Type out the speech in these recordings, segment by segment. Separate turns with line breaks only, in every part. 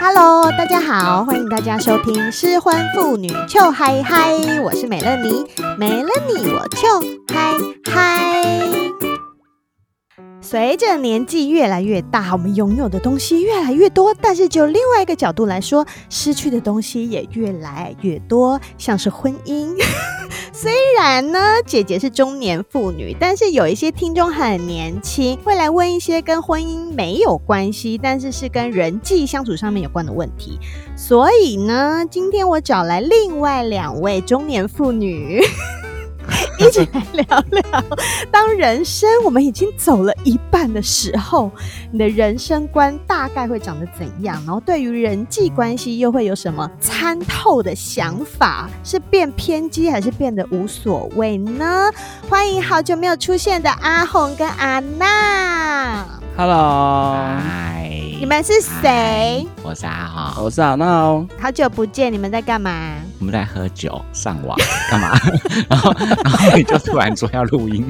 Hello，大家好，欢迎大家收听《失婚妇女糗嗨嗨》，我是美乐妮，没了你我糗嗨嗨。随着年纪越来越大，我们拥有的东西越来越多，但是就另外一个角度来说，失去的东西也越来越多，像是婚姻。虽然呢，姐姐是中年妇女，但是有一些听众很年轻，会来问一些跟婚姻没有关系，但是是跟人际相处上面有关的问题。所以呢，今天我找来另外两位中年妇女。 一起来聊聊，当人生我们已经走了一半的时候，你的人生观大概会长得怎样？然后对于人际关系又会有什么参透的想法？是变偏激还是变得无所谓呢？欢迎好久没有出现的阿红跟阿娜，
Hello，
嗨，
哦你们是谁？
我是阿豪，
我是阿闹。
好久不见，你们在干嘛？
我们在喝酒、上网 干嘛？然后， 然后你就突然说要录 音，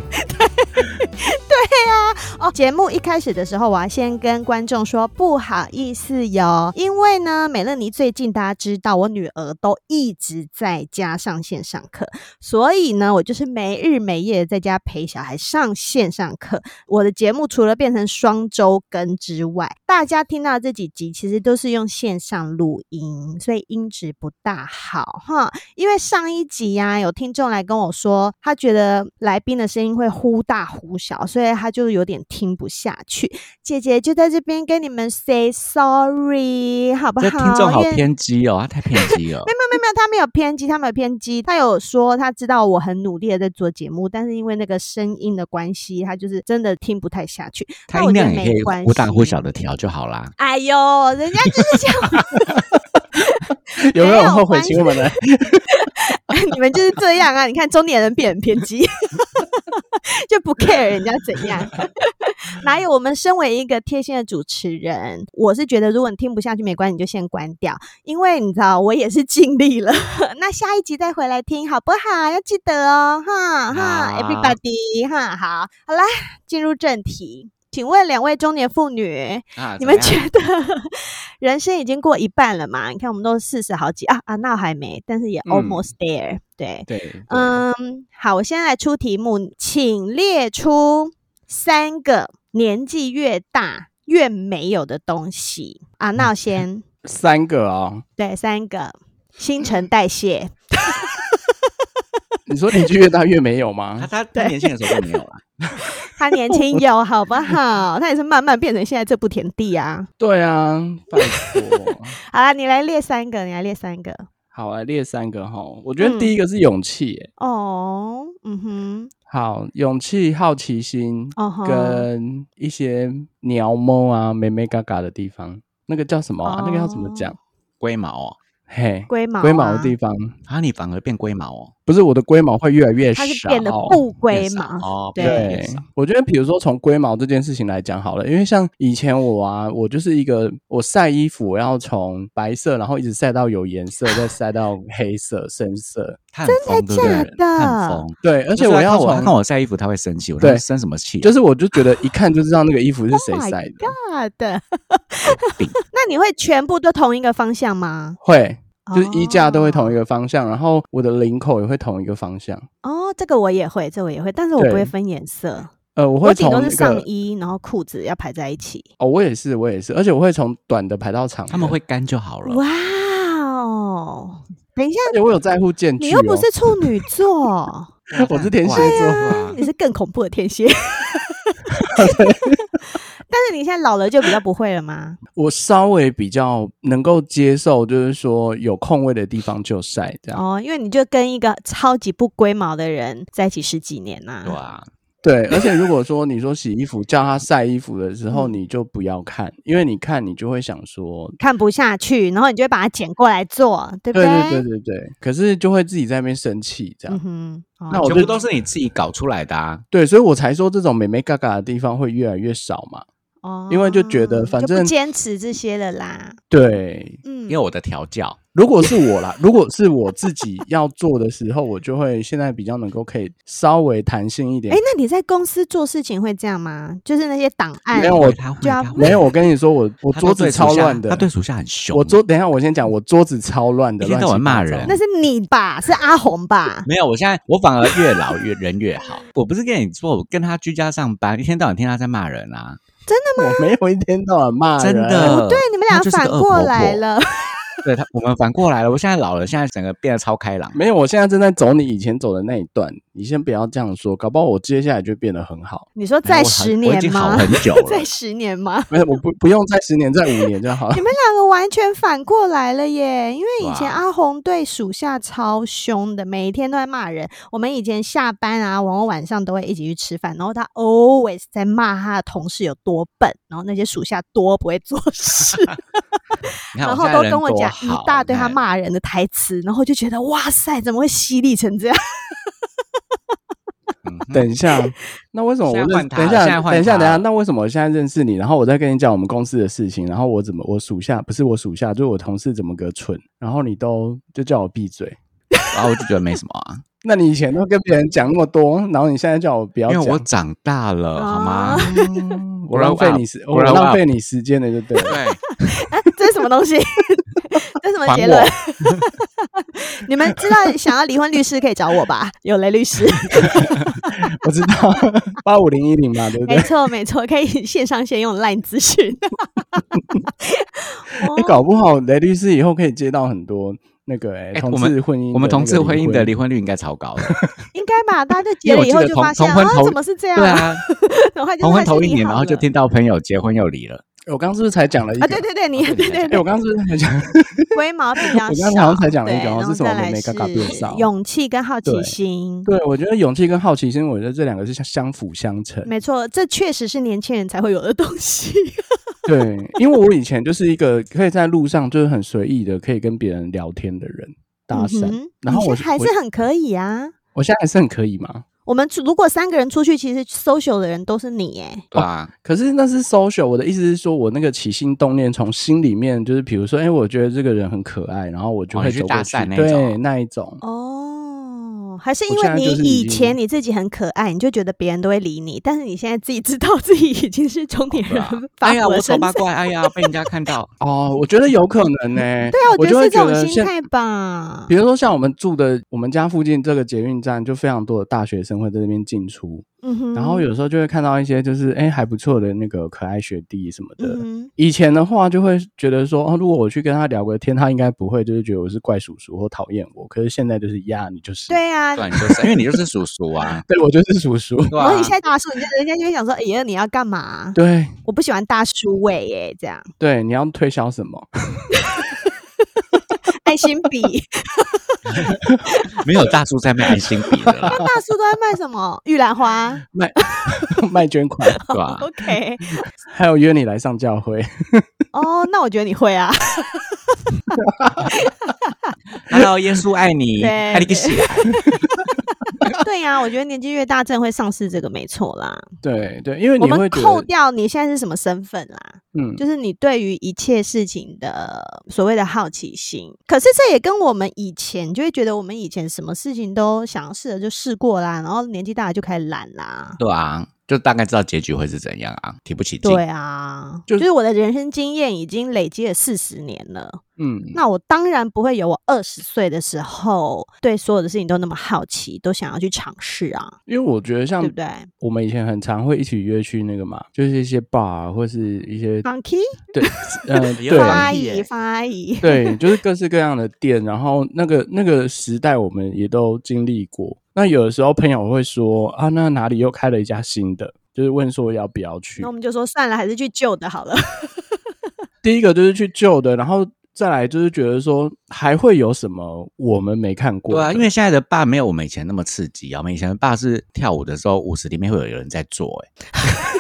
哦，节目一开始的时候，我要先跟观众说不好意思哟，因为呢，美乐妮最近大家知道，我女儿都一直在家上线上课，所以呢，我就是没日没夜地在家陪小孩上线上课。我的节目除了变成双周更之外，大家听到这几集其实都是用线上录音，所以音质不大好哈。因为上一集呀、有听众来跟我说，他觉得来宾的声音会忽大忽小，所以他就有点听不下去。姐姐就在这边跟你们 say sorry，好不好？
这听众好
因为
偏激哦，他太偏 激了
没。有没有没有，他没有偏激，他没有偏激，他有说他知道我很努力的在做节目，但是因为那个声音的关系，他就是真的听不太下去。
他
那我
音
觉
量
得
也可
没
以
关
忽大忽
系
小的调就好啦。
哎呦，人家就是这样，
有没
没
有
有
后悔
关
请我们 的？
你们就是这样啊！你看中年人变很偏激， 就不 care 人家怎样。 哪有我们身为一个贴心的主持人，我是觉得如果你听不下去没关系，你就先关掉，因为你知道我也是尽力了。 那下一集再回来听好不好？要记得哦，哈哈
好
，everybody，哈，好，好啦，进入正题。请问两位中年妇女，
啊，
你
怎
们
样
觉得 人生已经过一半了嘛？你看，我们都四十好几啊啊，那还没，但是也
嗯
almost there、对，
对，嗯，
嗯，好，我现在来出题目，请列出三个年纪越大越没有的东西
嗯
啊。那我先
三个哦，
对三个新 陈代谢，
你说年纪越大越没有吗
啊 他？他他年轻的时候就没有啦。
他年 轻有好不好？他也是慢慢变成现在这步田地啊。
对啊，拜托。
好啦，你来列三个，你来列三个。
好，来列三个哈。我觉得第一个是勇气、欸
哦，嗯哼，
好，勇气、好奇心，
哦吼，
跟一些鸟猫啊、妹妹嘎嘎的地方，那个叫什么、啊？那个要怎么
哦
讲？
龟毛哦，
嘿，
龟毛、啊，
龟毛的地方，
啊，你反而变龟毛哦，
不是我的龟毛会越来越少，
它是变得不？Oh 龟
变少
毛。
哦，
对
变得变
对
少，
我觉得比如说从龟毛这件事情来讲好了，因为像以前我啊，我就是一个我晒衣服，然后从白色，然后一直晒到有颜色，再晒到黑色、深 色。
他很疯，对不
假
对？他很
的
疯，
对，而
而
且我要
我看
啊从，
我晒衣服他会生气，我
对
说生什么气啊？
就是我就觉得一看就知道那个衣服是谁
Oh my
晒的，
大的，
病
那你会全部都同一个方向吗？
会就是衣架都会同一
个
个方向，然后我的领口也会同一个方向。
哦。哦这个我也会，这我也会，但是我不
对
会分颜色，
呃，我
我
会
顶
从
多
那
是上
个
衣，然后裤子要排在一起。
哦，我也是，我也是，而且我会从短的排到长的。
他们会，干就好了。
哇哦！等一下，
而且我有在乎间距、哦。
你又不是处女座，
我是天蝎座
嘛
你是更恐怖的天 蝎。但是你现在老了就比较不会了吗？
我稍微比较能够接受，就是说有空位的地方就晒这样。
哦，因为你就跟一个超级不龟毛的人在一起十几年呐、
对啊，
对，而且如果说你说洗衣服叫他晒衣服的时候，
嗯
你就不要看，因为你看你就会想说，
看不下去，然后你就会把它捡过来做，对不
对
对
对对对对，可是就会自己在那边生气这样。
嗯哼，哦
那我
全
就
部都是你自己搞出来的啊。
嗯
对，所以我才说这种美美嘎嘎的地方会越来越少嘛。
哦
因为就觉得
你
反
就不
正
坚持这些了啦。
对，
嗯，
因为我的调教，
如果是我 啦，如果是我自己要做的时候，我就会现在比较能够可以稍微弹性一点
哎，。那你在公司做事情会这样吗？就是那些档案
没，有我
他会
就要
他会
没有，我跟你说，我我
他
桌
都
子
对属
超
下
乱的
他，对属下很凶。
我桌等一下我先讲，我桌子超乱的，
一天到晚骂人
乱七八糟
那是你吧？是阿红 吧？
没有，我现在我反而越老越人越好。 我不是跟你说，我跟他居家上班，一天到晚听他在骂人啊，
我没有一天到晚骂人，
真的。
对，哎你们
他
俩
就是
反
个恶
过
婆
来
婆，
了。
对他，我们反过来了。我现在老了，现在整个变得超开朗。
没有，我现在正在走你以前走的那一段，你先不要这样说，搞不好我接下来就变得很好。
你说
哎
在
我很
十
我已
年
经好
吗？
很久
在
了。
十年吗？
没有，我不不用在十年，在五年就好 了
你。们两个完全反过来了耶！因为以前
哇
阿红对属下超凶的，每一天都在骂人。我们以前下班啊，往往晚上都会一起去吃饭，然后他 always 在骂他的同事有多笨，然后那些属下多不会做 事，
你看，
然
我
后
现在
都
人
跟我
多
讲
好哎
一大堆他。
你看
骂人的台词，然后就觉得哇塞，怎么会犀利成这样？
嗯哼
等一 下，那为什么我
现在
认？
换他
等一
了现
下，
在换
等一下，
他
等一下，
了
那为什么我现在认识你，然后我再跟你讲我们公司的事情，然后我怎么我属下不是我属下，就是我同事怎么个蠢，然后你都就叫我闭嘴。
然后我就觉得没什么啊，
那你以前都跟别人讲那么多，然后你现在叫我 不要
因
讲，
为我长大了，好吗？
嗯 我
我
浪费
up，
你时，
我
我
up
浪费你时间的就对 了。
对，
啊这是什么东西？ 这是什么结
还
论
我？
你们知道想要离婚律师可以找我吧？有雷律师。
我知道八五零一零 嘛，对不对？
没错，没错，可以 线上线用 LINE 咨询。哦
你哎搞不好雷律师以后可以接到很多那个哎、
哎
同
我们
志婚姻的那个离婚，
我们同志婚姻的离婚率应该超高的。
应该吧？大家就结
因为
了
我
以
记
后
得
就
同
发现
同婚
啊，
头
怎么是这样？
对，啊，
然后就
同
发现
婚头
你
一年，
好
然后就
了
听到朋友结婚又离了。
我刚刚是不是才讲了一个？
啊，对对对，你
哦
对
对对
对
对
哎
对
我，刚刚是不是才讲？
龟毛比较
我
少
刚。才好像才讲了一
对，
个，好
然
像
后
是什么
再
美
来
美嘎嘎变
是
少。
勇气跟好奇
对
心。
对，我觉得勇气跟好奇心，我觉得这两个是相相辅相成。
没错，这确实是年轻人才会有的东西。
对，因为我以前就是一个可以在路上就是很随意的可以跟别人聊天的人，搭
嗯
讪。
哼
然后
你
我
现在还
我
是很可以啊。
我现在还是很可以嘛，
我们出如果三个人出去，其实 social 的人都是你哎。
对啊，
可是那是 social，我的意思是说，我那个起心动念从心里面就是，比如说，哎、我觉得这个人很可爱，然后我就
哦
会
你去
走过
搭
去，
讪那一种
对那一种。
哦，还是
我
因
现
为
在
你
就是已
以
经，
前你自己很可爱，你就觉得别人都会理你，但是你现在自己知道 自己已经是中年
对
人
啊，
发
哎呀，
福
我
的
丑
身
八
材。
怪，哎呀，被人家 看到
哦，我觉得有可能呢、
对啊，
我
我
就
觉
会
得是这
觉
种
得
心
现，
态吧
比。如说像我们住的，我们家附近这个捷运站，就非常多的大学生会在那边进出，
嗯哼，
然后有时候就会看到一些就是哎、还不错的那个可爱学弟什么的。
嗯
以前的话就会觉得说，哦，如果我去跟他聊个天，他应该不会就是觉得我是怪叔叔或讨厌我。可是现在就是呀，你就是
哼，，对啊。
对，你就是因为你就是叔叔啊，
对我就是叔叔。
对
然后
啊
你，现在大叔，人家人家就会想说：“哎呀，你要干嘛？
对
我不喜欢大叔味耶，这样
对，你要推销什么？
爱心笔。
没有大叔在卖爱心笔的
大
啦，
叔都在卖什么？玉兰花。？
卖卖捐款，
对吧
OK，
还有约你来上教会。
哦，那我觉得你会啊。
Hello，耶稣爱你，
对
爱你个死啊！
对呀、我觉得年纪越大，真的会丧失这个，没错啦。
对对，因为
我
你会
们
觉
扣
得，
掉你现在是什么身份啦，
嗯，
就是你对于一切事情的所谓的好奇心。可是这也跟我们以前就会觉得，我们以前什么事情都想要试着就试过啦，然后年纪大了就开始懒啦。
对啊，就大概知道结局会是怎样啊，提不起劲。
对啊，就
就是
我的人生经验已经累积了四十年了，
嗯，
那我当然不会有我二十岁的时候对所有的事情都那么好奇，都想要去尝试啊，
因为我觉得像
对不对
我们以前很常会一起约去那个嘛，就是一些 bar 啊或是一些
？Monkey
对，呃，
也有
方
对。
玩
阿
意
姨，
耶
方阿姨，
对，就是各式各样的店，然后那个那个时代我们也都经历过。那有的时候朋友会说啊，那哪里又开了一家新的，就是问说要不要去
那我。们就说算了，还是去旧的好了。
第一个就是去旧的，然后再来就是觉得说还会有什么我们没看过
对
的。
啊，因为现在的爸没有我们以前那么刺激啊，我们以前的爸是跳舞的时候舞池里面会有人在做、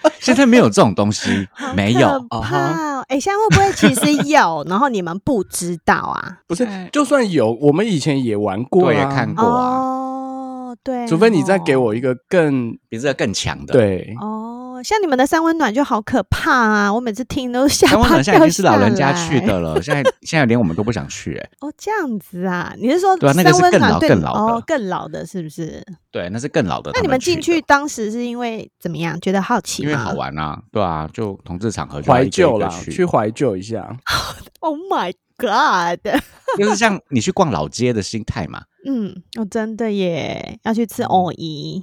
哎，现在没有这种东西，没有。嗯
好可
啊
怕
哈
哦！哎、现在会不会其实有，然后你们不知道 啊？
不是，就算有，我们以前也玩过、啊，
对也看过啊
哦，对哦，
除非你再给我一个更
比这个更强的，，
对。
哦，哦，像你们的三温暖就好可怕啊！我每次听都吓
台湾
怕
好
掉下
像
来。
已经是老人家去的了，现在现在连我们都不想去、哎，
哦，这样子啊？你是说
对啊那个是
三温
更
暖
老
对
更
你
老
哦
的
更老的是不是？
对，那是更老的他
那
的。
你们进去当时是因为怎么样？觉得好奇
因为
吗
好玩啊，对啊，就同志场合就要
怀
一个
旧
一个
啦，
去
去怀旧一下。
？Oh my god！
就是像你去逛老街的心态嘛，
嗯，我、真的耶，要去吃
嗯
藕姨。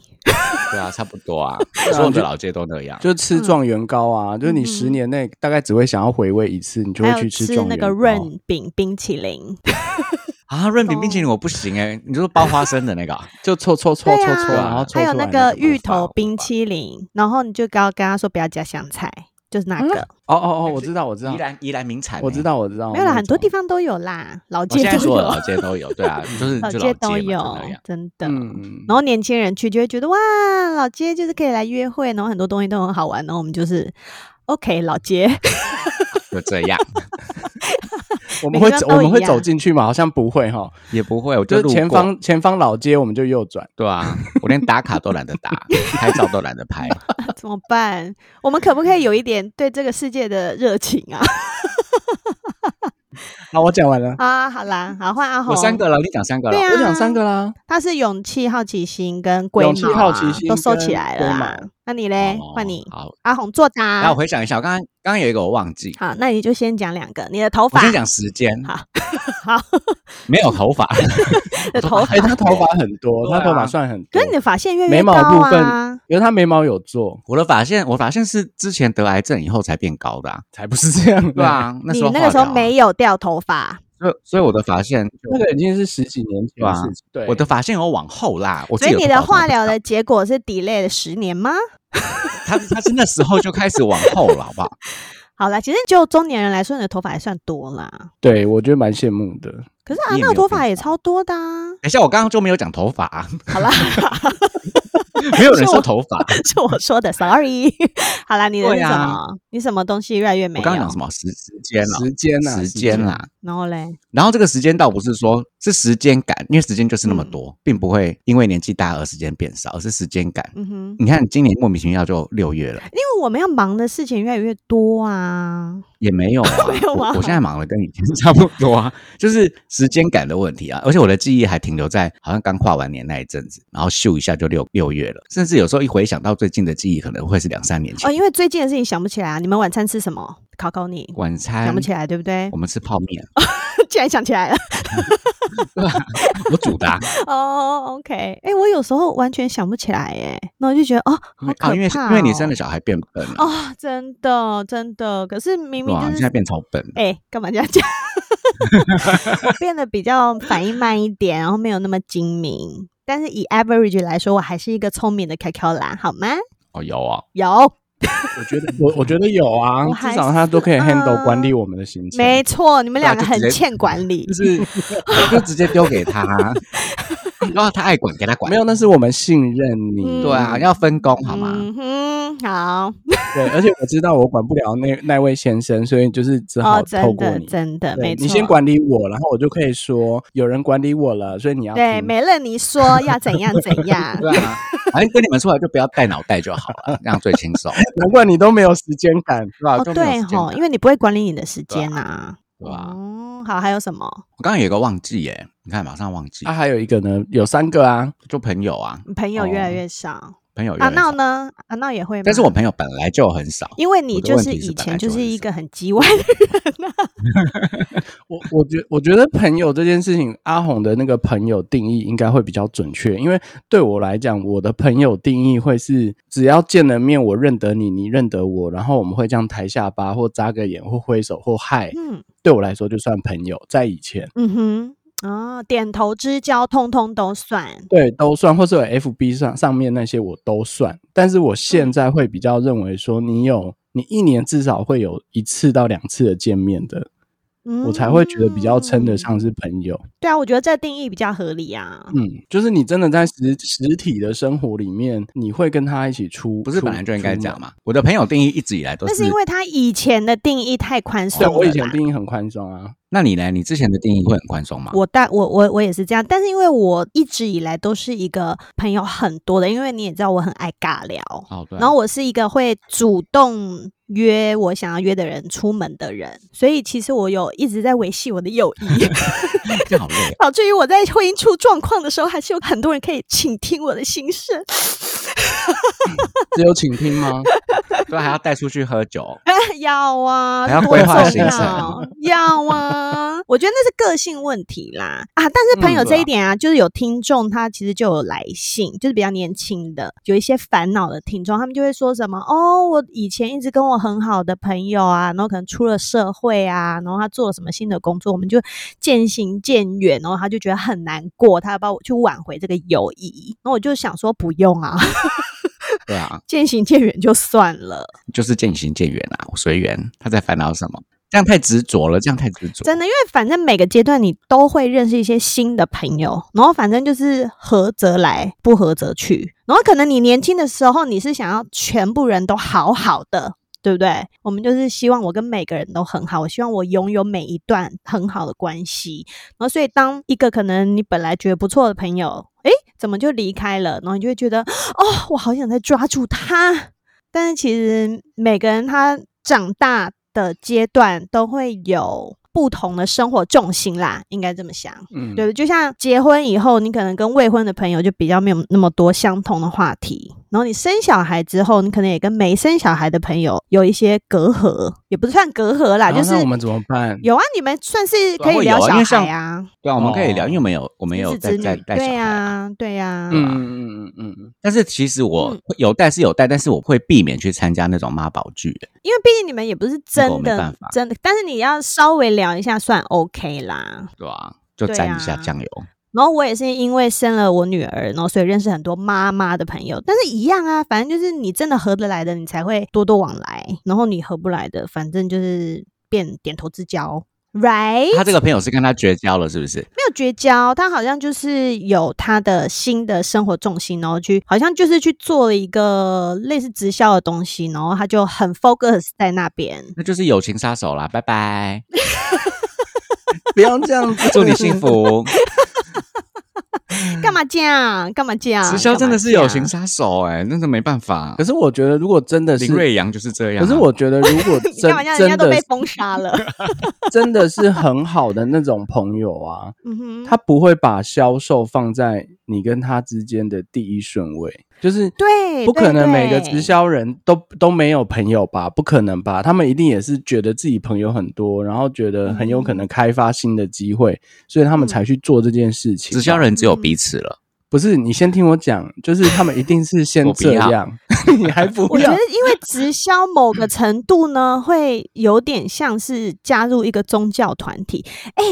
对啊，差不 多啊，
啊
所有
就
的老街都那样。
就吃状元糕啊，就是你
嗯
十
嗯
年内大概只会想要回味一次，你就
还
会
有
去状
那
元
个
糕。
润饼冰淇淋，
啊，润饼冰淇淋
哦
我不行哎、你说包花生的那个啊，
就搓搓搓
对
搓
啊
搓，然后搓
还有
出
那
来
个
个
芋
头发
头冰淇淋，然后你就跟跟他说不要加香菜，就是那个。
哦哦哦，我知道我知道
宜，兰宜兰名产、欸
我知。道我知道，
没有啦，
哦那
很多
种
地方都有啦，老
我现
街
在
都
所有的
有
老，街都有，对啊，就是就
街都
嘛
有
就那样，
真的。
嗯，
然后年轻人去就会觉得哇，老街就是可以来约会，然后很多东西都很好玩，然后我们就是 OK 老街，
就这 样，
我
每
们会
个地
走
方
我
都
们会
一
走
样
进去吗？好像不会哈，
也不会，我
就
就是路
前
过
方前方老街我们就右转。
对啊，我连打卡都懒得打，拍照都懒得拍。
怎么办？我们可不可以有一点对这个世界的热情啊？
好，我讲完了，
啊，好啦，好换阿红，
我三个了，你讲三个了哦
对，啊，
我讲三个啦。
他是勇气、好奇心跟龟毛、啊，
勇气好奇心
都收起来了啦
跟龟。
那你嘞
哦，
哎换你，
好，
阿红作答。
然后我回想一下，我刚刚刚刚有一个我忘记，
好，那你就先讲两个，你的头
我
发，
先讲时间，
好，
没有头发，
你的头发
哎，，他头发很多，
对啊
他头发算很
可
多
是，你的发线越来
眉
越高
毛部
啊
分。，因为他眉毛有做，
我的发线，我发现是之前得癌症以后才变高的、啊，
才不是这样的。
对，啊，那
你
时候
那个时候
化疗啊，
没有掉头发，
所以所以我的发线就，
那个已经是十几年前的事情。对，
啊我的发线有往后啦，我自
所
己
以
有
你
头
的
发
化疗的结果是 delay 了十年吗？
他他是那时候就开始往后了，好不好？
好啦，其实就中年人来说，你的头发还算多啦。
对我觉得蛮羡慕的。
可是
你
安
也
娜
没有
头
变
发也
少
超多的啊。
等一下，我刚刚就没有讲头发、啊，
好啦，
没有人
是
说
我
头发。
是我说的，sorry。好 啦，你的是
对
什
啊
么？你什么东西越来越没
我
有？
刚刚讲什么时时间了？
时间啊，
时间啦。
然后嘞，
然后这个时间倒不是说是时间感，因为时间就是
嗯
那么多，并不会因为年纪大而时间变少，而是时间感。
嗯哼，
你看，今年莫名其妙就六月了，
因为我们要忙的事情越来越多啊。
也没有啊。
没有吗
我我现在忙的跟以前差不多啊，就是时间感的问题啊。而且我的记忆还停留在好像刚跨完年那一阵子，然后咻一下就六六月了。甚至有时候一回想到最近的记忆，可能会是两三年前。
哦，因为最近的事情想不起来啊。你们晚餐吃什么？考考哦你，
晚餐
想不起来对不对？
我们吃泡面，
竟然想起来了。
我煮的、啊，
哦，OK、o k 哎、我有时候完全想不起来哎，那我就觉得哦， 好
因为
可怕、哦
啊因为是因为你生了小孩变笨了，
哦，真的真的，可是明明
哇，
就
啊你现在
是
变超笨了。
哎，干、嘛这样讲？ 我变得比较反应慢一点，然后没有那么精明，但是以 average 来说，我还是一个聪明的 QQ 啦，好吗？
哦，有啊、
有，
我觉得我我觉得有啊，
我还
至少他都可以
是
handle
啊
管理我们的行程。
没错，你们
对啊
两个
就直
很
接
欠管理
就。 是就直接丢给他，然后他爱管给他管，
没有，那是我们信任你。
嗯
对啊，要分工好吗？
嗯哼，好，
对，而且我知道我管不了那那位先生，所以就是只
哦，
好透
真
过
的
你。
真的，
对
没错，
你先管理我，然后我就可以说有人管理我了，所以你要
啊
对，
听
没了你说要怎样怎样，
对啊，反正跟你们出来就不要带脑袋就好了，这样最轻松，
难怪你都没有时间感。
对吧？
哦，
就没有
对
时间
吼，
感
因为你不会管理你的时间呐、
对啊吧？
哦，好，还有什么？
我刚刚有一个忘记耶，你看马上忘记
啊，，还有一个呢，有三个啊，
就朋友啊，
朋友越来
哦
越少，
朋友约
阿
了
闹
少，
呢？阿闹也会吗？
但是我朋友本来就很少，
因为你
我的
就
问
是
题是
以
本
前
来
就
就是很
一
少
个很叽歪的
我我觉我觉得朋友这件事情，阿红的那个朋友定义应该会比较准确，因为对我来讲，我的朋友定义会是只要见了面，我认得你，你认得我，然后我们会这样抬下巴或眨个眼或挥手或嗨，
人，嗯
对我来说就算朋友。在以前，
嗯哼，哦，点头之交，通通都算。
对都算，或是有 FB 上上面那些我都算，但是
嗯
我现在会比较认为说，你有你一年至少会有一次到两次的见面的，
嗯
我才会觉得比较称得上是朋友。
对啊，我觉得这定义比较合理啊。
嗯，就是你真的在实实体的生活里面，你会跟他一起出，
不是
出
本来就应该
出
这样
门？
嘛？我的朋友定义一直以来都
那是因为他以前的定义太宽
对，
松了啦。
我以前定义很宽松啊，
那你呢？你之前的定义会很宽松吗？
我但我我我也是这样，但是因为我一直以来都是一个朋友很多的，因为你也知道我很爱尬聊，
哦，对啊，
然后我是一个会主动约我想要约的人出门的人，所以其实我有一直在维系我的友谊，
这好累啊。
导致于我在婚姻出状况的时候，还是有很多人可以倾听我的心声。
只有请听吗？
对，啊还要带出去喝酒。
要啊，
还要
多
规划
重
行程
要要 啊，我觉得那是个性问题啦啊！但是朋
嗯
友
对
这一
啊
点啊，就是有听众他其实就有来信，就是比较年轻的，有一些烦恼的听众，他们就会说什么哦，我以前一直跟我很好的朋友啊，然后可能出了社会啊，然后他做了什么新的工作，我们就渐行渐远，然后他就觉得很难过，他要帮我去挽回这个友谊。那我就想说不用啊，
对啊，
渐行渐远就算了。
就是渐行渐远啊，随缘。他在烦恼什么？这样太执着了，这样太执着。
真的，因为反正每个阶段你都会认识一些新的朋友，然后反正就是合则来，不合则去。然后可能你年轻的时候，你是想要全部人都好好的，对不对？我们就是希望我跟每个人都很好，我希望我拥有每一段很好的关系。然后所以当一个可能你本来觉得不错的朋友，诶，怎么就离开了？然后你就会觉得，哦，我好想再抓住他。但是其实每个人他长大的阶段都会有不同的生活重心啦，应该这么想。
嗯，
对，就像结婚以后，你可能跟未婚的朋友就比较没有那么多相同的话题。然后你生小孩之后，你可能也跟没生小孩的朋友有一些隔阂，也不算隔阂啦，
啊
然后
啊就是
那我们怎么办？
有啊，你们算是
对啊
可以
会
聊
有啊因
小
为
孩
像
啊，
对啊，我们可以聊，
哦
因为我们有我们
亲
有
子
在
子
在
女，
带小
对
孩啊。
呀，对呀，
嗯嗯嗯嗯嗯，
但是其实我
嗯
会有带是有带，但是我会避免去参加那种妈宝剧。
因为毕竟你们也不是
这个我
真
没办
的
法
真的，但是你要稍微聊一下算 OK 啦。
对啊，就
对
沾一
啊
下酱油。
然后我也是因为生了我女儿，然后所以认识很多妈妈的朋友，但是一样啊，反正就是你真的合得来的，你才会多多往来；然后你合不来的，反正就是变点头之交，right？
他这个朋友是跟他绝交了，是不是？
没有绝交，他好像就是有他的新的生活重心，然后去好像就是去做了一个类似直销的东西，然后他就很 focus 在那边。
那就是友情杀手啦，拜拜，
不要这样子，
祝你幸。福。
干嘛这样？干嘛这样？
嗯直销真的是
干嘛
友
这样
情杀手哎、真的没办法
可。是我觉得，如果真的是
林，瑞阳就是这样啊、
可是我觉得，如果
你
真
干嘛这样？人家
真
都
的
被
是
封杀了。
真的是很好的那种朋友啊，
嗯哼，
他不会把销售放在你跟他之间的第一顺位，就是
对，
不可能每个直
直销。
销人都都没有朋友吧？不可能吧？他们一定也是觉得自己朋友很多，然后觉得很有可能开发新的机会，所以他们才去做这件事情。啊
直销人
嗯
只有彼此了，
不是你先听我讲，就是他们一定是先
我不
这
要
样， 你还不
我觉
要
得，？因为直销某个程度呢，会有点像是加入一个宗教团体。哎、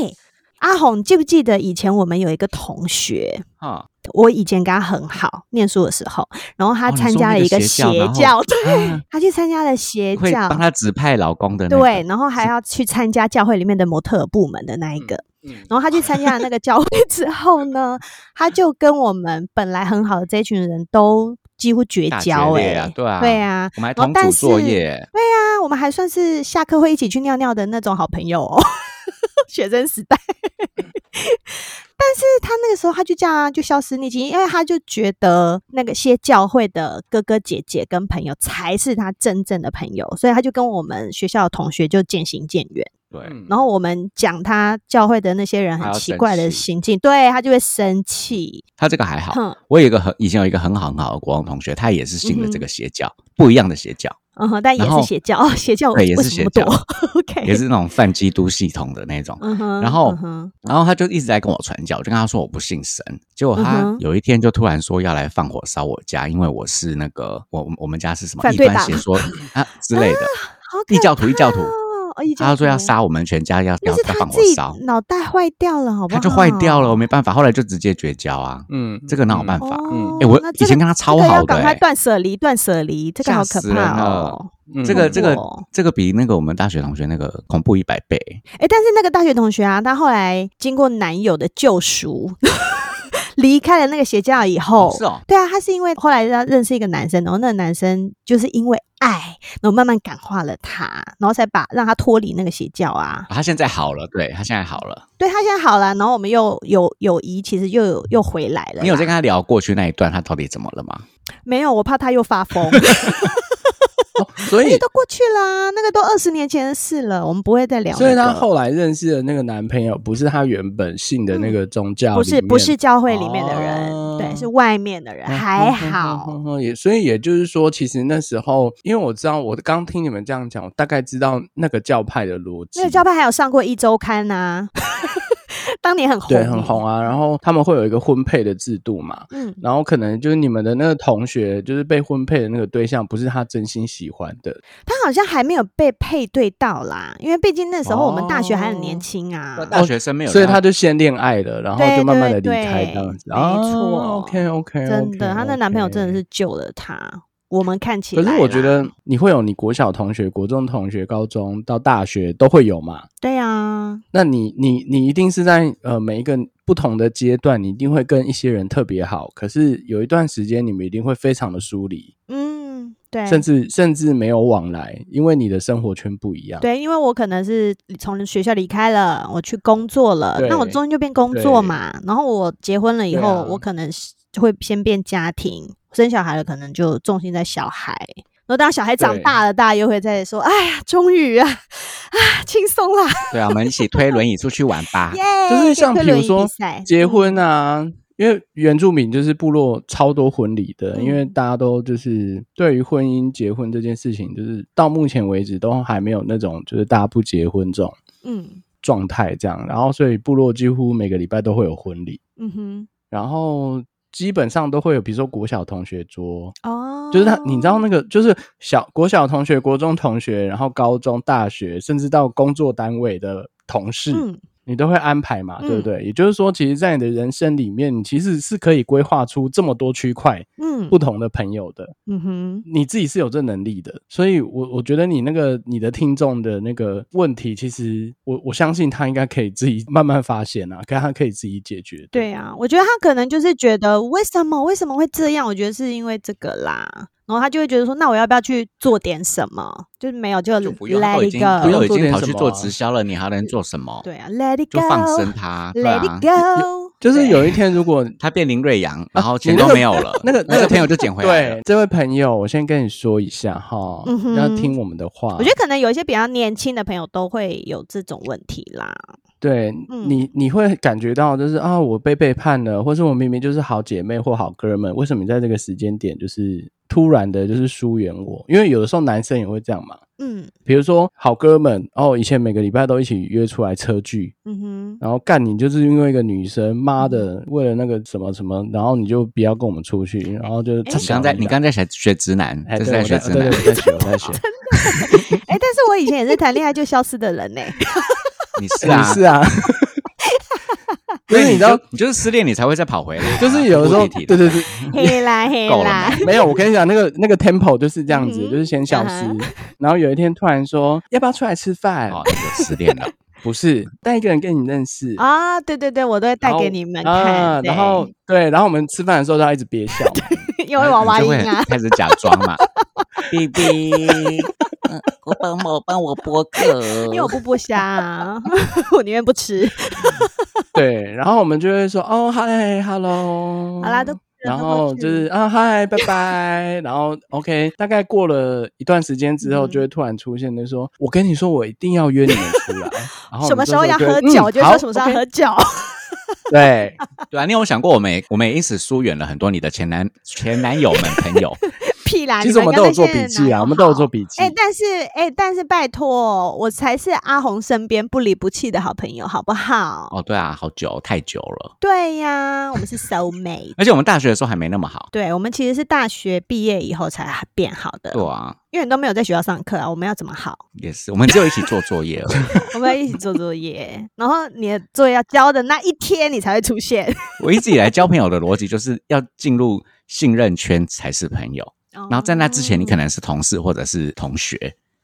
阿红，你记不记得以前我们有一个同学？
哈、
我以前跟他很好，念书的时候，然后他
哦你
参
说
加
那
了
个
一个
邪
邪
教然后
教，对，
啊
他去参加了邪
会
教
帮，他指派老公的、那个，
对，然后还要去参加教会里面的模特儿部门的那一个。
嗯
然后他去参加了那个教会之后呢，他就跟我们本来很好的这一群人都几乎绝
大决
交哎、
裂啊对啊
对啊，
我们还
然后
同
但
组作
是
业，
啊，我们还算是下课会一起去尿尿的那种好朋友哦， 学生时代。
嗯
但是他那个时候他就这样啊，就消失匿迹，因为他就觉得那个些教会的哥哥姐姐跟朋友才是他真正的朋友，所以他就跟我们学校的同学就渐行渐远。
对，
然后我们讲他教会的那些人
他
很
要
奇
生
怪的
气
行径，对他就会生气。
他这个还好。
哼，
我有一个很以前有一个很好很好的国王同学，他也是信了
嗯
这
哼
个邪教，不一样的邪教，
嗯哼，但也
然
是
后
邪教， 哦邪教
对也
为
是
什么
邪
那么多 ？OK，
也是那种泛基督系统的那种。
嗯哼，
然后
嗯哼
然后他就一直在跟我传教，我就跟他说我不信神。结果
嗯
他
哼
有一天就突然说要来放火烧我家，因为我是那个我我们家是什么
反
一
对
般
党
邪 说啊之类的，
好可
异教徒异教徒
怕哦，异教
他说要
徒，
杀我们全家，要
那
要
是
要
他
放火
自己
烧，
脑袋坏掉了，好不
他
好？
就坏掉了，我没办法，后来就直接绝交啊，
嗯
这个哪有办法？
哦，
哎我
那这
以前
个
跟他
这
超
个
好
要
的
赶快
欸
断舍离，断舍离，这个
吓
好可
死人
怕
了
哦。
嗯
这个这个
哦
这个比那个我们大学同学那个恐怖一百倍，
哎，但是那个大学同学啊，他后来经过男友的救赎， 离开了那个邪教以后，
哦是哦，
对啊，他是因为后来他认识一个男生，然后那个男生就是因为爱，然后慢慢感化了他，然后才把让他脱离那个邪教啊。
啊他现在好了，对他现在好了。
对他现在好了，然后我们又有友谊，其实又有又回来了啦。
你有在跟他聊过去那一段他到底怎么了吗？
没有？我怕他又发 疯，而
哦所以
且都过去啦，那个都二十年前的事了，我们不会再聊、那个。
所以她后来认识的那个男朋友，不是她原本信的那个宗
嗯
教、
不是不是，教会里面的人，
哦嗯
对，是外面的人，还好。
嗯。嗯嗯嗯嗯嗯也所以也就是说，其实那时候，因为我知道，我刚听你们这样讲，我大概知道那个教派的逻辑。
那个教派还有上过一周刊呐、 当年很红，欸
对很红。啊，然后他们会有一个婚配的制度嘛。
嗯，
然后可能就是你们的那个同学，就是被婚配的那个对象，不是他真心喜欢的，
他好像还没有被配对到啦，因为毕竟那时候我们大学还很年轻啊。
嗯
大学生没有，
所以他就先恋爱了，然后
对
就慢慢
对
的离开
对
这样子。啊
没错
OK OK，
真的，她那男朋友真的是救了她。我们看起来
可
啦，
是我觉得你会有你国小同学、国中同学、高中到大学都会有嘛？
对啊，
那你你你一定是在呃每一个不同的阶段，你一定会跟一些人特别好，可是有一段时间你们一定会非常的疏离，
嗯，对，
甚至甚至没有往来，因为你的生活圈不一样。
对，因为我可能是从学校离开了，我去工作了，那我
对
中间就变工作嘛。然后我结婚了以
对
后，
啊
我可能是会先变家庭，生小孩了，可能就重心在小孩。然后当小孩长
对
大了，大家又会再说：“哎呀，终于啊，啊，轻松啦，
对啊，我们一起推轮椅出去玩 吧。
耶！”
就是像
推
比如
轮椅
说
比赛
结
嗯
婚啊，因为原住民就是部落超多婚礼的，
嗯
因为大家都就是对于婚姻、结婚这件事情，就是到目前为止都还没有那种就是大家不结婚这种
嗯
状态这样，然后所以部落几乎每个礼拜都会有婚礼，
嗯
然后基本上都会有，比如说国小同学桌。
哼，哦，
就是他，你知道那个，就是小国小同学、国中同学，然后高中、大学，甚至到工作单位的同事，
嗯，
你都会安排嘛，
嗯
对不对？也就是说，其实，在你的人生里面，你其实是可以规划出这么多区块
嗯
不同的朋友的，
嗯哼，
你自己是有这能力的。所以我，我觉得你那个你的听众的那个问题，其实我我相信他应该可以自己慢慢发现啊，跟他可以自己解决。
嗯
对啊，我觉得他可能就是觉得为什么为什么会这样？我觉得是因为这个啦，然后他就会觉得说，那我要不要去做点什么？就是没有就
就不用，他
let
都已
it
经他
go，
都已
不用做
经
点
跑
什
去
么
做
啊
直销了，你还能做什么？
对啊，let it
就放生
go，let
他，对啊
it。go，
就是
对
有一天，如 果
他变林瑞阳，然后
你
钱
那
都
个
没有了，
那个
哦那
那个
个朋友就捡回来了
对。这位朋友，我先跟你说一下哈，
嗯哼
要听我们的话。
我觉得可能有一些比较年轻的朋友都会有这种问题啦。
对
嗯
你，你会感觉到就是啊，我被背叛了，或是我明明就是好姐妹或好哥们，为什么你在这个时间点就是突然的，就是疏远我？因为有的时候男生也会这样嘛，
嗯
比如说好哥们哦，以前每个礼拜都一起约出来车聚，
嗯哼，
然后干你就是因为一个女生，妈
嗯
的，为了那个什么什么，然后你就不要跟我们出去，然后就是
哎
他
你刚在你刚在学学直男，
哎，
这
对，
是在
我
学
在
直
对对，
男
我。在学，我在 学，
哎，但是我以前也是谈恋爱就消失的人 呢、
你是
你
啊，
是啊，就
所以
是
你
你知道
就你就是失恋，你才会再跑回来啊。
就是有的时候，
不提
对
的
对对，
黑啦黑
够了
啦，
没有，我跟你讲，那个那个 tempo 就是这样子，
嗯哼
就是先消失
嗯，
然后有一天突然说要不要出来吃饭？
哦，你有失恋 了，
不是，带一个人跟你认识，
啊，对对对，我都会带
然后
给你们
啊
看，对
然后对，然后我们吃饭的时候都要一直憋笑嘛，
因为娃娃
你
音
就会
啊，
开始假装嘛。
B B，我帮我帮我播 客，
因为我不剥虾 啊，我宁愿不吃。
对，然后我们就会说哦嗨，hello，
好啦，都。
嗯然后就是啊嗨，拜拜，然后 OK，大概过了一段时间之后，
嗯
就会突然出现，就说我跟你说，我一定要约你们出来，然后
什么
我们这
时候要
就会
喝
嗯
酒，我就会
好
说什么时候要
OK
喝酒。
对，
对啊，你有想过我们也我们也因此疏远了很多你的前男前男友们朋友，
屁啦！
其
你
实我们
刚
都有
才
做
现在
笔记
哪
啊，
有
我们都有
好
做。笔记
哎、。但是哎、但是拜托，我才是阿红身边不离不弃的好朋友，好不好？
哦，对啊，好久太久了，
对呀，我们是 soul mate。
而且我们大学的时候还没那么好。
对，我们其实是大学毕业以后才变好的，
对啊，
因为你都没有在学校上课啊，我们要怎么好？
也是，我们只有一起做作业而已。
我们要一起做作业，然后你的作业要交的那一天，你才会出现。
我一直以来交朋友的逻辑就是要进入信任圈才是朋友，然后在那之前你可能是同事或者是同学，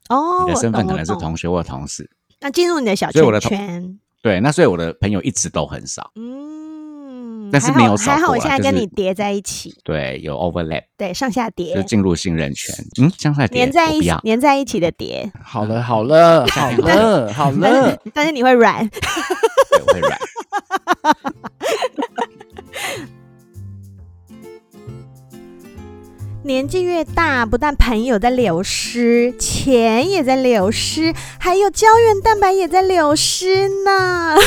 哦，
你的
我
身份
懂
可
我
能是
懂
同学或同事。
那进入你的小
所以
圈
我的同
圈，
对，那所以我的朋友一直都很少。
嗯，嗯
但是
还
没
好
有少
还好，
过
我
啦
现在
就
跟
是
你叠在一起，
对，有 overlap，
对，上下
就
叠，
进入信任圈。嗯，香菜碟
粘在
我
一
不
起
要，
粘在一起的叠，
好了 好了好了好了，
但是你会软。
对我会软。
年纪越大，不但朋友在流失，钱也在流失，还有胶原蛋白也在流失呢。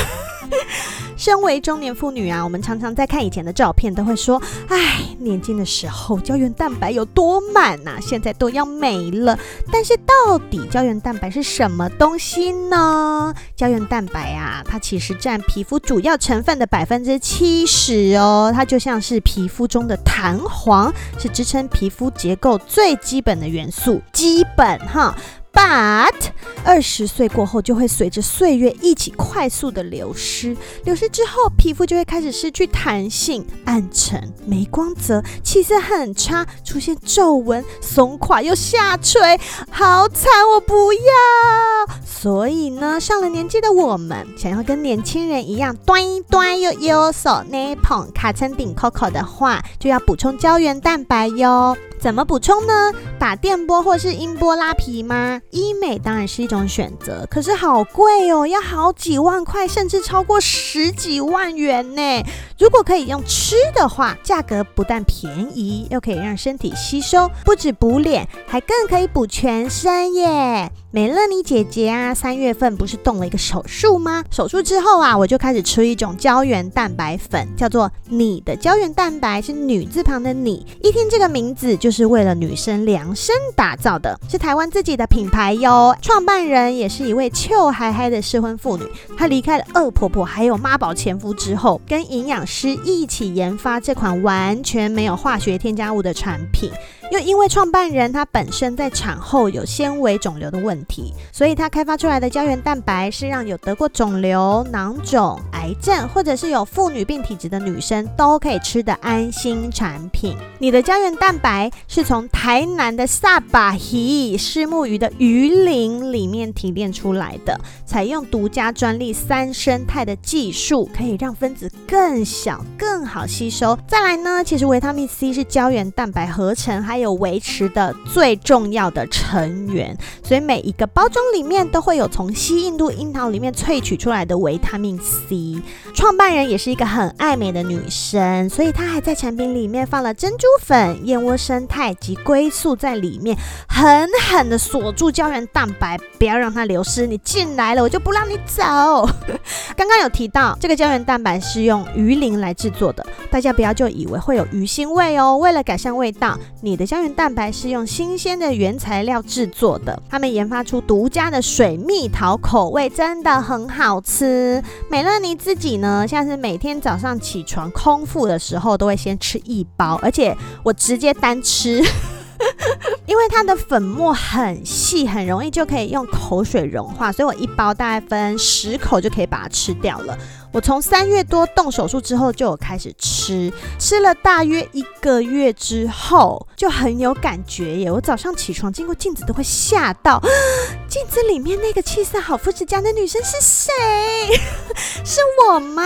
身为中年妇女啊，我们常常在看以前的照片，都会说：“哎，年轻的时候胶原蛋白有多满呐、现在都要没了。”但是到底胶原蛋白是什么东西呢？胶原蛋白啊，它其实占皮肤主要成分的百分之七十哦，它就像是皮肤中的弹簧，是支撑皮肤结构最基本的元素，基本哈。But 二十岁过后就会随着岁月一起快速的流失，流失之后皮肤就会开始失去弹性、暗沉、没光泽，气色很差，出现皱纹、松垮又下垂，好惨，我不要。所以呢，上了年纪的我们，想要跟年轻人一样端一端又优手捏捧卡成顶 Coco 的话，就要补充胶原蛋白哟。怎么补充呢？打电波或是音波拉皮吗？医美当然是一种选择，可是好贵哦，要好几万块，甚至超过十几万元呢。如果可以用吃的话，价格不但便宜，又可以让身体吸收，不止补脸，还更可以补全身耶。美乐妮姐姐啊，三月份不是动了一个手术吗？手术之后啊，我就开始吃一种胶原蛋白粉，叫做你的胶原蛋白，是女字旁的你。一听这个名字，就是为了女生量身打造的，是台湾自己的品牌哟。创办人也是一位臭嗨嗨的适婚妇女，她离开了恶婆婆还有妈宝前夫之后，跟营养师一起研发这款完全没有化学添加物的产品。又因为创办人她本身在产后有纤维肿瘤的问题，所以她开发出来的胶原蛋白是让有得过肿瘤、囊肿、癌症，或者是有妇女病体质的女生都可以吃的安心产品。你的胶原蛋白是从台南的萨巴鱼虱目鱼的鱼鳞里面提炼出来的，采用独家专利三生态的技术，可以让分子更小、更好吸收。再来呢，其实维他命 C 是胶原蛋白合成还有维持的最重要的成员，所以每一个包装里面都会有从西印度樱桃里面萃取出来的维他命 C。创办人也是一个很爱美的女生，所以她还在产品里面放了珍珠粉、燕窝生态及龟素在里面，狠狠的锁住胶原蛋白，不要让它流失。你进来了，我就不让你走。 刚刚有提到，这个胶原蛋白是用鱼鳞来制作的，大家不要就以为会有鱼腥味哦。为了改善味道，你的胶原蛋白是用新鲜的原材料制作的。他们研发出独家的水蜜桃口味，真的很好吃。美乐妮自己呢，像是每天早上起床空腹的时候，都会先吃一包，而且我直接单吃。因为它的粉末很细，很容易就可以用口水融化，所以我一包大概分十口就可以把它吃掉了。我从三月多动手术之后就有开始吃，吃了大约一个月之后就很有感觉耶。我早上起床经过镜子都会吓到， 镜子里面那个气色好肤质佳的女生是谁？是我吗？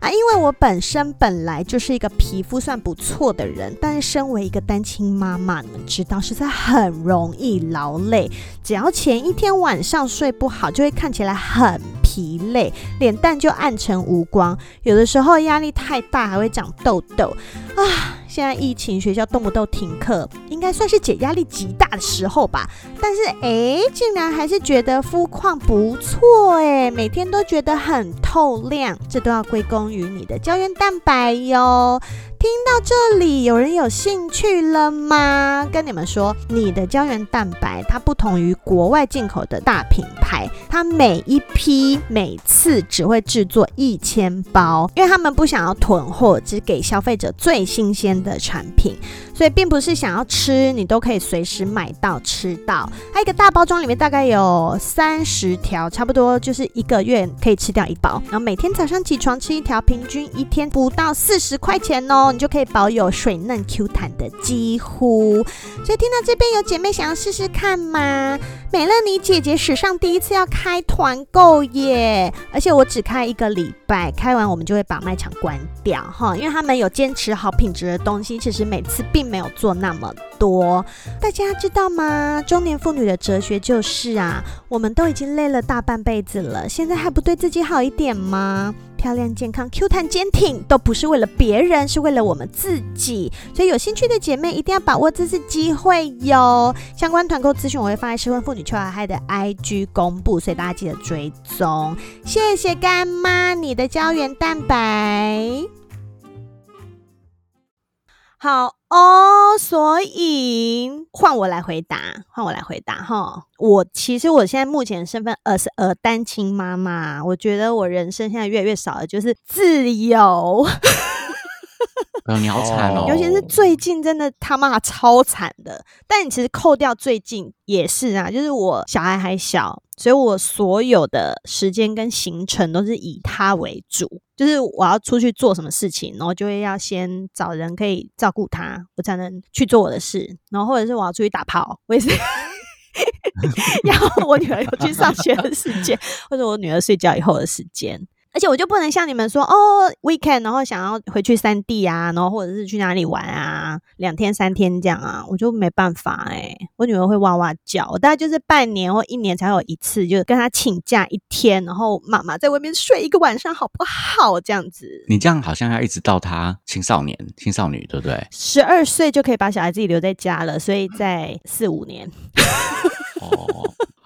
啊，因为我本身本来就是一个皮肤算不错的人，但是身为一个单亲妈妈，你们知道实在很容易劳累，只要前一天晚上睡不好，就会看起来很疲累，脸蛋就暗沉无光，有的时候压力太大还会长痘痘啊。现在疫情，学校动不动停课，应该算是解压力极大的时候吧。但是诶，竟然还是觉得肤况不错诶，每天都觉得很透亮，这都要归功于你的胶原蛋白哟。听到这里，有人有兴趣了吗？跟你们说，你的胶原蛋白它不同于国外进口的大品牌，它每一批每次只会制作一千包，因为他们不想要囤货，只给消费者最新鲜的产品。所以并不是想要吃你都可以随时买到吃到。它一个大包装里面大概有三十条，差不多就是一个月可以吃掉一包。然后每天早上起床吃一条，平均一天不到四十块钱哦，你就可以保有水嫩 Q 弹的肌肤。所以听到这边有姐妹想要试试看吗？美乐妮姐姐史上第一次要开团购耶，而且我只开一个礼拜，开完我们就会把卖场关掉哈，因为他们有坚持好品质的东西，其实每次并没有做那么多。大家知道吗？中年妇女的哲学就是啊，我们都已经累了大半辈子了，现在还不对自己好一点吗？漂亮、健康、Q 弹、坚挺，都不是为了别人，是为了我们自己。所以有兴趣的姐妹一定要把握这次机会哟。相关团购资讯我会放在失婚妇女邱海嗨的 IG 公布，所以大家记得追踪。谢谢干妈你的胶原蛋白。好哦，所以换我来回答，换我来回答哈。我其实我现在目前的身份呃是呃单亲妈妈，我觉得我人生现在越来越少的就是自由。
呃，你好惨哦，
尤其是最近真的他妈超惨的。但你其实扣掉最近也是啊，就是我小孩还小，所以我所有的时间跟行程都是以他为主。就是我要出去做什么事情，然后就会要先找人可以照顾他，我才能去做我的事。然后或者是我要出去打炮，我也是然后我女儿有去上学的时间，或者我女儿睡觉以后的时间。而且我就不能像你们说哦，weekend，然后想要回去三地啊，然后或者是去哪里玩啊，两天三天这样啊，我就没办法哎、我女儿会哇哇叫，我大概就是半年或一年才有一次，就跟她请假一天，然后妈妈在外面睡一个晚上好不好？这样子，？
你这样好像要一直到他青少年、 青少女， 对不对
十二岁就可以把小孩自己留在家了，所以在四五年。
哦，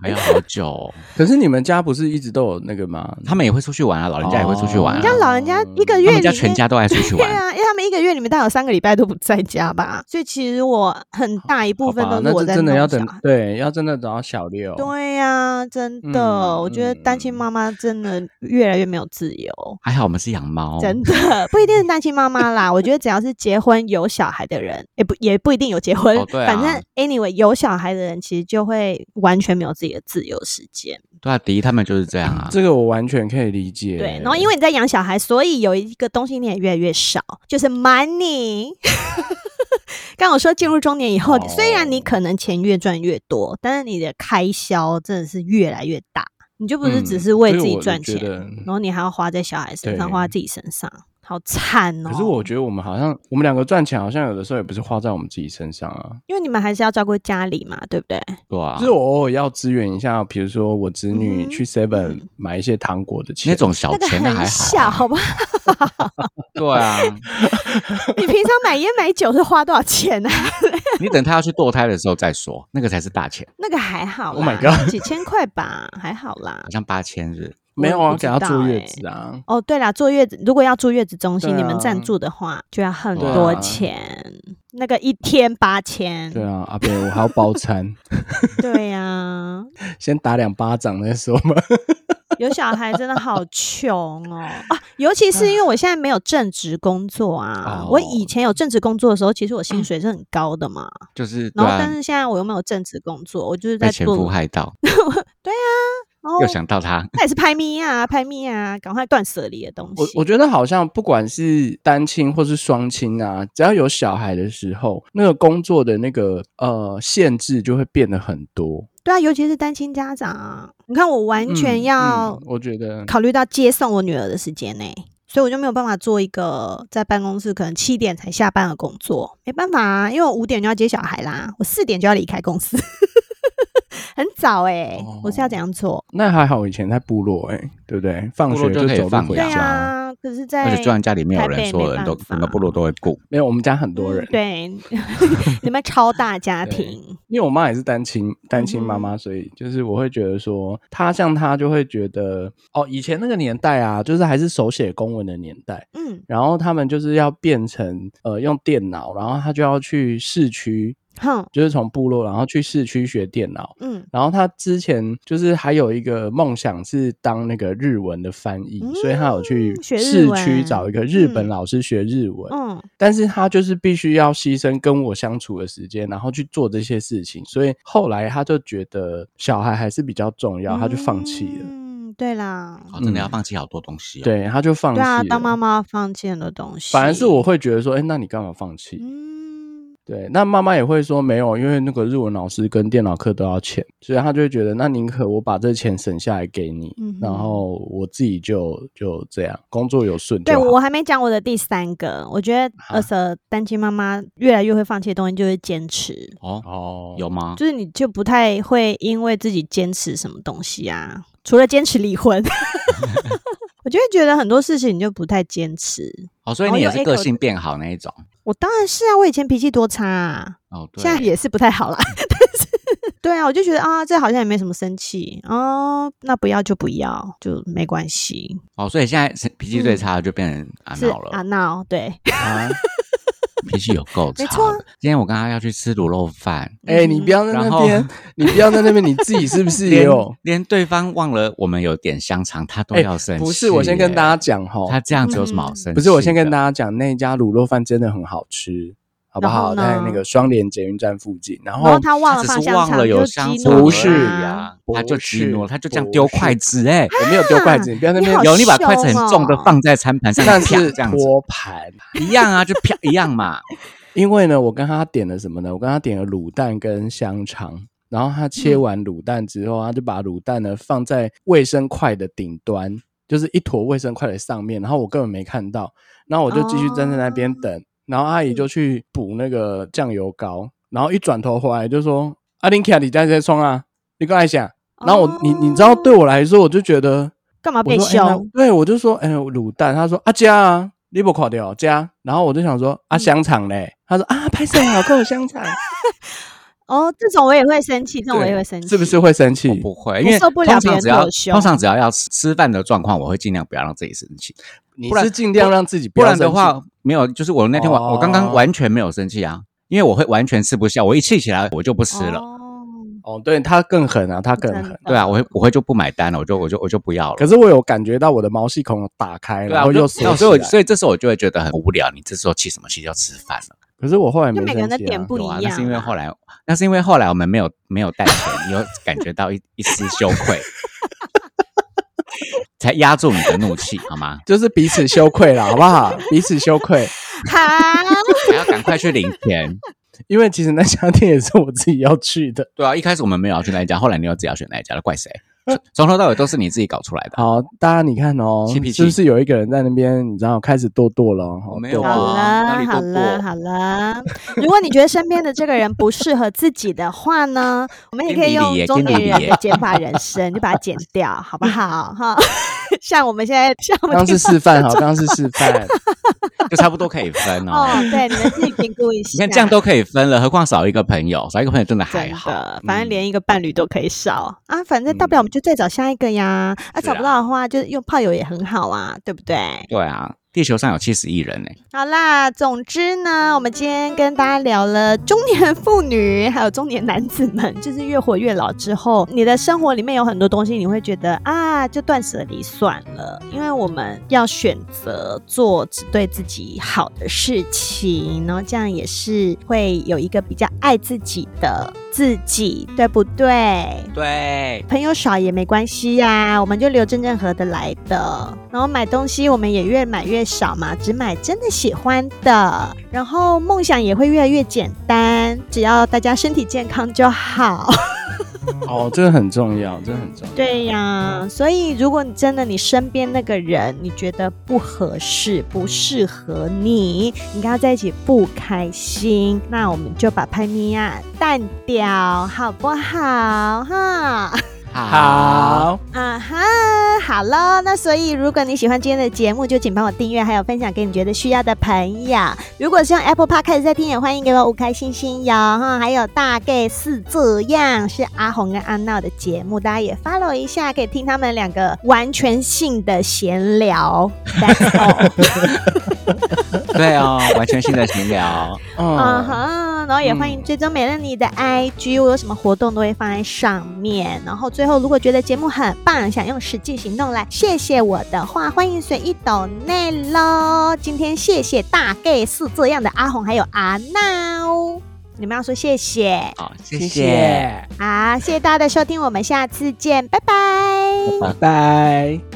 还要好久哦、
可是你们家不是一直都有那个吗？
他们也会出去玩啊，老人家也会出去玩、
人
啊，
家
哦
老人家一个
他
月里
们家
面
全家都爱出去
对
玩。
啊，因为他们一个月里面大概有三个礼拜都不在家吧，所以其实我很大一部
好
分
吧
都，是
那
我
这
在
真的
弄
要
小
等
孩，
对，要真的等到小六。
对呀、真的，
嗯
我觉得单亲
嗯哦
妈妈真的越来越没有自由，
还好我们是养猫，
真的不一定是单亲妈妈 啦。我觉得只要是结婚有小孩的人，也不也不一定有结婚，
哦对啊
反正 anyway 有小孩的人其实就会完全没有自己的自由时间。
对啊，迪他们就是这样啊。
这个我完全可以理解。
对，然后因为你在养小孩，所以有一个东西你也越来越少，就是 money。刚我说进入中年以后，
哦
虽然你可能钱越赚越多，但是你的开销真的是越来越大，你就不是只
嗯
是为
这个
自己
我
赚
觉
钱，
得嗯
然后你还要花在小孩身上，
对
花在自己身上，好惨哦。
可是我觉得我们好像，我们两个赚钱好像有的时候也不是花在我们自己身上啊，
因为你们还是要照顾家里嘛，对不对？
对啊，
就是我偶尔要支援一下，比如说我侄
嗯
女
哼
去 Seven 买一些糖果的
那
钱，
种小
那个
钱的还
很
好
小，
啊、
好吧？
对啊，
你平常买烟买酒是花多少钱啊？
你等他要去堕胎的时候再说，那个才是大钱，
那个还好啦
Oh my god
几千块吧，还好啦
好。像八千日。
没有啊，
不知
给
道
她坐月
欸
子啊。
哦，对啦，坐月子如果要住月子中心，
对啊
你们赞助的话，就要很
对啊
多钱，那个一天八千，
对啊，阿北，我还要包餐，
对呀，
先打两巴掌再说 嘛。
有小孩真的好穷哦啊！尤其是因为我现在没有正职工作啊，
哦
我以前有正职工作的时候，其实我薪水是很高的嘛，
就是对
然后
啊
但，是现在我又没有正职工作，我就是在
被前夫
做，
害到，
然后
又想到他，
那也是拍咪啊，拍咪啊，赶快断舍离的东
我
西。
我觉得好像不管是单亲或是双亲啊，只要有小孩的时候，那个工作的那个呃限制就会变得很多。
对啊，尤其是单亲家长啊，你看我完
嗯
全要、
嗯我觉得
考虑到接送我女儿的时间呢、所以我就没有办法做一个在办公室可能七点才下班的工作，没办法啊，因为我五点就要接小孩啦，我四点就要离开公司， 很早哎、
哦
我是要怎样做？
那还好，以前在部落哎、对不对？放
部落
学
就可以
走
放
路回
对
假
家。
啊，可是在，
而且住在家里面有人，所有人都
台北没办法
整个部落都会顾。
没有，我们家很多人
嗯，对， 你们超大家庭，
因为我妈也是单亲单亲妈
嗯
妈，所以就是我会觉得说，她像她就会觉得哦，以前那个年代啊，就是还是手写公文的年代。
嗯，
然后他们就是要变成呃用电脑，然后他就要去市区，
哼，
就是从部落，然后去市区学电脑。
嗯，
然后他之前就是还有一个梦想是当那个日文的翻译，
嗯
所以他有去
学日
市区
文
找一个日
嗯
本老师学日文。
嗯，
但是他就是必须要牺牲跟我相处的时间，然后去做这些事情，所以后来他就觉得小孩还是比较重要，他就放弃了。
嗯，对啦，
哦，真的要
嗯
放弃好多东西哦。，
对，他就放弃
对啊
了。
啊，当妈妈放弃很多东西，
反而是我，会觉得说，哎、那你干嘛放弃？
嗯，
对，那妈妈也会说没有，因为那个日文老师跟电脑课都要钱，所以她就会觉得那宁可我把这钱省下来给你，
嗯哼
然后我自己就就这样工作有顺就
对
好。
我还没讲我的第三个，我觉得
啊
二舍单亲妈妈越来越会放弃的东西就是坚持，
哦，
哦，
有吗？
就是你就不太会因为自己坚持什么东西啊，除了坚持离婚， 我就会觉得很多事情你就不太坚持。
哦，所以
哦
你也
有
是
echo
个性变好那一种。
我当然是啊，我以前脾气多差啊，
哦，对，
现在也是不太好啦。但是，对啊，我就觉得啊，这好像也没什么生气哦，那不要就不要，就没关系。
哦，所以现在是脾气最差的就变成阿
嗯是
闹了
啊，闹对，
啊，脾气有够差
没错啊
的。今天我跟他要去吃卤肉饭，
哎、你不要在
然
那
后
边，你不要在那边，你自己是不是也
连
有？
连对方忘了我们有点香肠，他都要生气
哎
耶、哦
不是，我先跟大家讲哈，
他这样子有什么好
嗯
生气的、
不是，我先跟大家讲，那一家卤肉饭真的很好吃，好不好？
然后呢
在那个双连捷运站附近。然
然后
后
他忘了
哦只
放
是
香
忘
肠，
了有
就
香
激
肠
怒
不
你
是
啊
呀，他就
不
激怒
是
了，他就这样
不
丢
是
筷子哎、
我没有丢筷子，你不要在那边
好，
有你把筷子很
凶哦
重的放在餐盘上，
但
啪
是
这样子
托盘。
一样啊，就啪一样嘛。
因为呢，我跟他点了什么呢？我跟他点了卤蛋跟香肠。然后他切完卤蛋之后，他就把卤蛋呢放在卫生筷的顶端，就是一坨卫生筷的上面。然后我根本没看到，然后我就继续站在那边等。然后阿姨就去补那个酱油膏，然后一转头回来就说：“阿林卡，你在这冲啊？你过来一下。”然后我，你你知道，对我来说，我就觉得
干嘛被
我说哎那
凶？
对，我就说，哎、卤蛋，他说啊加啊，你不垮掉加，然后我就想说
嗯
啊香肠嘞，他说啊拍摄好够有香肠，
哦，这种我也会生气，这种我也会生气，
哦是不是？会生气
我？不会，
我
因为
受不了别
通常
人
只
对
要
我凶
通常只要要吃吃饭的状况，我会尽量不要让自己生气，
你
不然
是尽量让自己
不
要
然的
生气
话，没有。就是我那天晚、我刚刚
哦
完全没有生气啊，因为我会完全吃不下，我一气起来我就不吃了。
哦
哦，对他更狠啊，他更
真
狠
的。
对啊，我会我会就不买单了，我就我就我就不要了。
可是我有感觉到我的毛细孔有打开，
对
然
啊，
后
我
又
就
缩起
所以我
来
所以这时候我就会觉得很无聊。你这时候气什么气？要吃饭了，
可是我后来没
就
生气、
每
啊。
个人的点不一
有啊
样。
那是因为后来，那是因为后来我们没有没有带钱，你有感觉到一 一丝羞 愧，才压住你的怒气，好吗？
就是彼此羞愧啦，好不好？彼此羞愧，
好，
还要赶快去领钱。
因为其实那家店也是我自己要去的。
对啊，一开始我们没有要去那一家，后来你又自己要选那一家了，怪谁？从从头到尾都是你自己搞出来的。
好，大家你看哦，
嬉皮
是不
气
是有一个人在那边，你知道开始剁剁了哦？
我
哦
没有
剁
啊
剁
好
哪
了，
里
好
都
了，
过
好了。如果你觉得身边的这个人不适合自己的话呢，我们也可以
跟你理
用
耶
中
跟你
年
理
人
耶
的减法人生，就把它减掉，好不好？哈， 像我们现在，像我
刚
们
刚是示范，好，刚刚是示范。
就差不多可以分
哦
哦。，
对，你们自己评估一下。
你看这样都可以分了，何况少一个朋友，少一个朋友真的嗯还
真
好。
的，反正连一个伴侣都可以少、啊，反正大不了我们就再找下一个呀。啊，
嗯是
找不
啊
到的话，就用炮友也很好啊，对不对？
对啊，地球上有七十亿人呢、
好啦，总之呢，我们今天跟大家聊了中年妇女还有中年男子们， 就是越活越老之后，你的生活里面有很多东西，你会觉得啊，就断舍离算了，因为我们要选择做只对自己好的事情，然后这样也是会有一个比较爱自己的自己，对不对？
对，
朋友少也没关系呀、我们就留真正合得来的。然后买东西我们也越买越少嘛，只买真的喜欢的。然后梦想也会越来越简单，只要大家身体健康就好。
哦，这个很重要，这个很重要。
对呀、所以如果你真的你身边那个人你觉得不合适、不适合你，你跟他在一起不开心，那我们就把潘尼亚淡掉，好不好？哈。
好，
好，
啊哈，好喽，那所以如果你喜欢今天的节目，就请帮我订阅，还有分享给你觉得需要的朋友。如果是用 Apple Podcast 在听，也欢迎给我五颗星星哟哈。还有大概是这样，是阿红跟阿闹的节目，大家也 follow 一下，可以听他们两个完全性的闲聊。That's all
对哦，完全新的闲聊。
啊
嗯，
哈，然后也欢迎追踪美乐妮的 IG，、我有什么活动都会放在上面。然后最后，如果觉得节目很棒，想用实际行动来谢谢我的话，欢迎随意抖内喽。今天谢谢大概是这样的阿红还有阿闹，你们要说谢谢
好，谢
谢
谢。
谢，
啊！谢谢大家的收听，我们下次见，拜拜。
拜拜。